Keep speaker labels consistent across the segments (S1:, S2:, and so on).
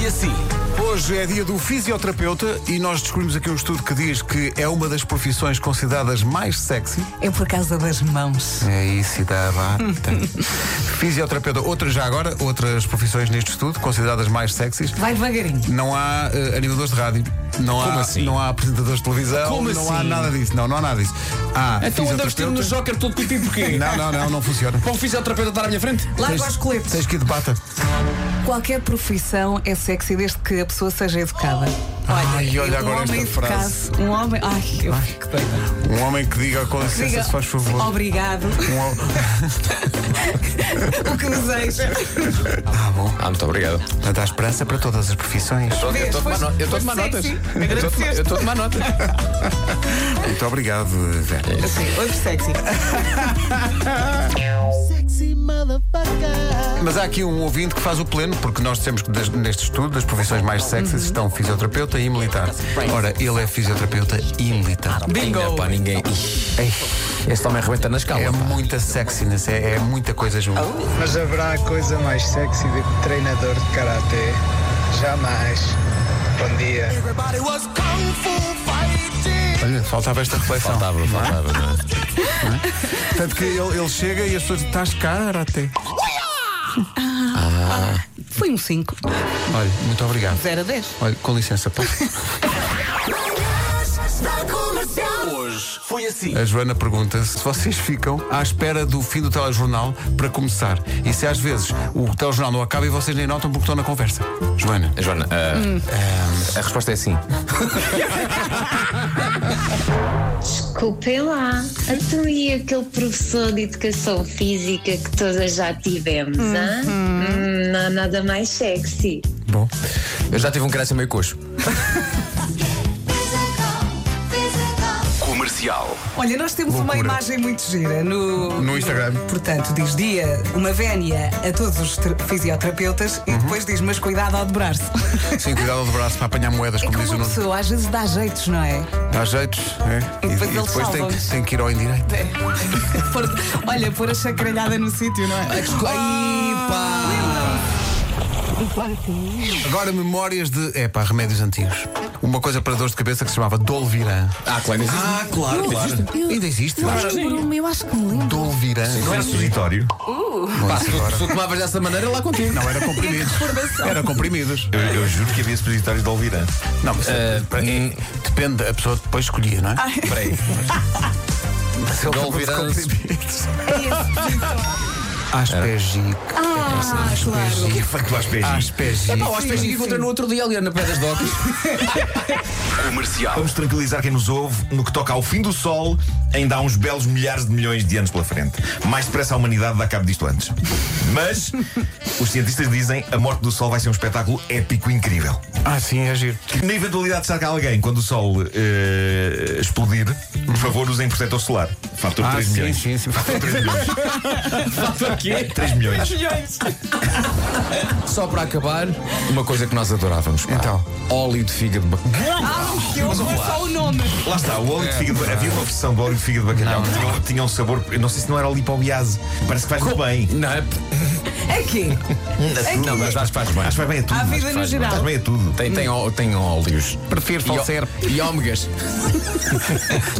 S1: e assim.
S2: Hoje é dia do fisioterapeuta e nós descobrimos aqui um estudo que diz que é uma das profissões consideradas mais sexy.
S3: É por causa das mãos.
S2: É isso, da bata. fisioterapeuta, outra já agora, outras profissões neste estudo consideradas mais sexys.
S3: Vai devagarinho.
S2: Não há eh, animadores de rádio, não há,
S1: Como assim?
S2: não há apresentadores de televisão,
S1: Como
S2: não há
S1: assim?
S2: nada disso. Não, não há nada disso. Há
S1: Então andamos tendo no
S2: fisioterapeuta.
S1: Joker todo tipo contigo porquê?
S2: Não, não, não, não funciona.
S1: Para um fisioterapeuta estar à minha frente?
S3: Larga os coletes.
S2: Tens que ir de bata.
S3: Qualquer profissão é sexy desde que a pessoa seja educada.
S2: Ai, olha
S3: um
S2: agora
S3: homem
S2: esta
S3: educado,
S2: frase.
S3: Um homem. Ai, eu fico bem.
S2: Um homem que diga com licença,
S3: Diga,
S2: se faz favor.
S3: Obrigado.
S2: Um homem-
S3: o que deseja.
S2: Ah, bom.
S1: Ah, muito obrigado.
S2: Portanto, há esperança para todas as profissões.
S1: Eu estou a tomar
S3: Pois-
S1: no- eu estou a
S3: pois
S1: tomar notas.
S3: sexy.
S1: Eu estou a tomar- eu estou a tomar notas.
S2: Muito obrigado, Vera.
S3: Sim, hoje sexy.
S2: Mas há aqui um ouvinte que faz o pleno, porque nós dissemos que das- neste estudo das profissões mais sexys estão fisioterapeuta e militar. Ora, ele é fisioterapeuta e militar.
S1: Bingo! Pá, ninguém. Ih,
S2: Ei,
S1: Este homem arrebenta na
S2: é
S1: escala. pá.
S2: muita sexiness, é, é muita coisa junto.
S4: Mas haverá coisa mais sexy do que treinador de karatê? Jamais. Bom dia.
S2: Olha, faltava esta reflexão.
S1: Faltava, faltava, não é?
S2: Tanto que ele, ele chega e as pessoas dizem, estás cara até.
S3: Foi um 5.
S2: Olha, muito obrigado.
S3: 0 a 10.
S2: Olha, com licença, posso?
S1: Hoje foi assim.
S2: A Joana pergunta se vocês ficam à espera do fim do telejornal para começar e se às vezes o telejornal não acaba e vocês nem notam porque estão na conversa. Joana.
S1: Joana, ah, ah, a resposta é sim.
S5: Desculpem lá, então e aquele professor de educação física que todas já tivemos, hã? Hum, não há nada mais sexy.
S2: Bom.
S1: Eu já tive um criança meio coxo.
S3: Olha, nós temos uma
S2: Loucura.
S3: imagem muito gira no,
S2: No Instagram.
S3: portanto, diz dia, uma vénia a todos os tra- fisioterapeutas
S2: Uhum.
S3: e depois diz, mas cuidado ao dobrar-se.
S2: Sim, cuidado do braço para apanhar moedas,
S3: É
S2: como
S3: que
S2: diz o
S3: uma
S2: Nuno.
S3: pessoa às vezes dá jeitos, não é?
S2: Dá jeitos, é?
S3: E depois eles
S2: tem, que,
S3: salvam-nos.
S2: tem que ir ao indireito.
S3: Pôr- olha, pôr a chacralhada no sítio, não é?
S2: Agora, memórias de. É pá, remédios antigos. Uma coisa para dores de cabeça que se chamava Dolviran.
S1: Ah, claro, existe.
S2: Ah, claro, claro. Ainda existe.
S3: Lembro-me, um, eu acho que me lembro.
S2: Dolviran. Não era supositório.
S1: Pá, se tu- se tu tomavas dessa maneira, lá contigo.
S2: Não, era comprimidos. Era comprimidos.
S6: Eu, eu juro que havia expositórios de Olvirã.
S2: Não, mas
S1: Eh,
S2: para- depende, a pessoa depois escolhia, não é?
S1: Peraí.
S2: Mas ele
S1: Dolviran-
S2: lembra-se de comprimidos. Aspergic.
S3: Ah, claro.
S1: é
S6: Que foi que tu aspeias?
S2: Aspergic.
S1: Pá, o Aspen encontrei no outro dia ali na Pedras de Ocas.
S6: Vamos tranquilizar quem nos ouve. No que toca ao fim do sol, ainda há uns belos milhares de milhões de anos pela frente. Mais depressa a humanidade dá cabo disto antes. Mas os cientistas dizem a morte do sol vai ser um espetáculo épico e incrível.
S2: Ah, sim, é giro.
S6: Na eventualidade de chegar alguém quando o sol eh, explodir, por favor, usem protetor solar. Fator
S2: Ah,
S6: 3
S2: sim,
S6: milhões.
S2: sim, sim.
S6: Fator 3 milhões.
S1: Fator quê?
S6: 3 milhões.
S1: Só para acabar, uma coisa que nós adorávamos. pá.
S2: Então?
S1: Óleo de fígado.
S3: Ah, Eu vou só o nome.
S6: Lá está, o óleo de fígado. Havia uma versão do óleo de fígado de bacalhau que tinha, tinha um sabor. Eu não sei se não era o lipobiase. Parece que faz muito bem.
S1: Não, é-
S3: Aqui, É
S1: não, mas acho que faz bem.
S6: Acho que vai bem a tudo.
S3: à
S6: Acho
S3: vida
S6: que
S3: no
S6: faz- Faz
S3: geral.
S6: bem a tudo.
S1: Tem, tem, ó- tem óleos.
S2: Prefiro
S1: ó-
S2: falser.
S1: e ômegas.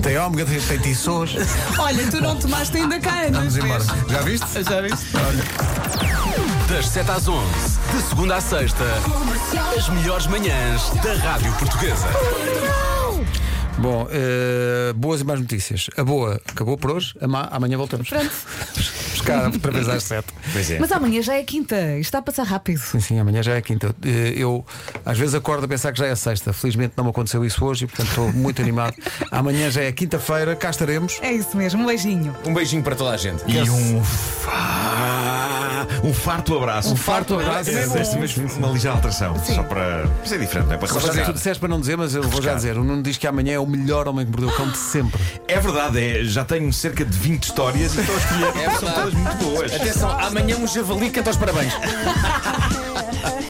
S2: Tem ômega, tem, tem tissores.
S3: Olha, tu não tomaste ainda cá, não
S2: Vamos
S3: fez?
S2: embora. Já viste?
S3: Já viste?
S7: Das 7 às 11, de segunda à sexta, as melhores manhãs da Rádio Portuguesa.
S2: Bom, eh, boas e más notícias. A boa acabou por hoje, a má, amanhã voltamos. Pronto. Buscar outra vez às sete.
S6: Pois é.
S3: Mas amanhã já é quinta, isto está a passar rápido.
S2: Sim, sim, amanhã já é quinta. Eh, Eu às vezes acordo a pensar que já é sexta. Felizmente não me aconteceu isso hoje e portanto estou muito animado. Amanhã já é quinta-feira, cá estaremos.
S3: É isso mesmo, um beijinho.
S1: Um beijinho para toda a gente.
S6: E um. fa- Um farto abraço. Um
S2: farto abraço.
S6: É, desta vez uma ligeira alteração. Só para. Mas é diferente, não é? Para
S2: Tu
S6: relaxar.
S2: disseste para não dizer, mas eu vou já dizer. O Nuno diz que amanhã é o melhor homem que mordeu o cão de sempre.
S6: É verdade, é, já tenho cerca de 20 histórias e estou a escolher.
S1: É
S6: São
S1: verdade.
S6: todas muito boas.
S1: Atenção, amanhã um javali canta os parabéns.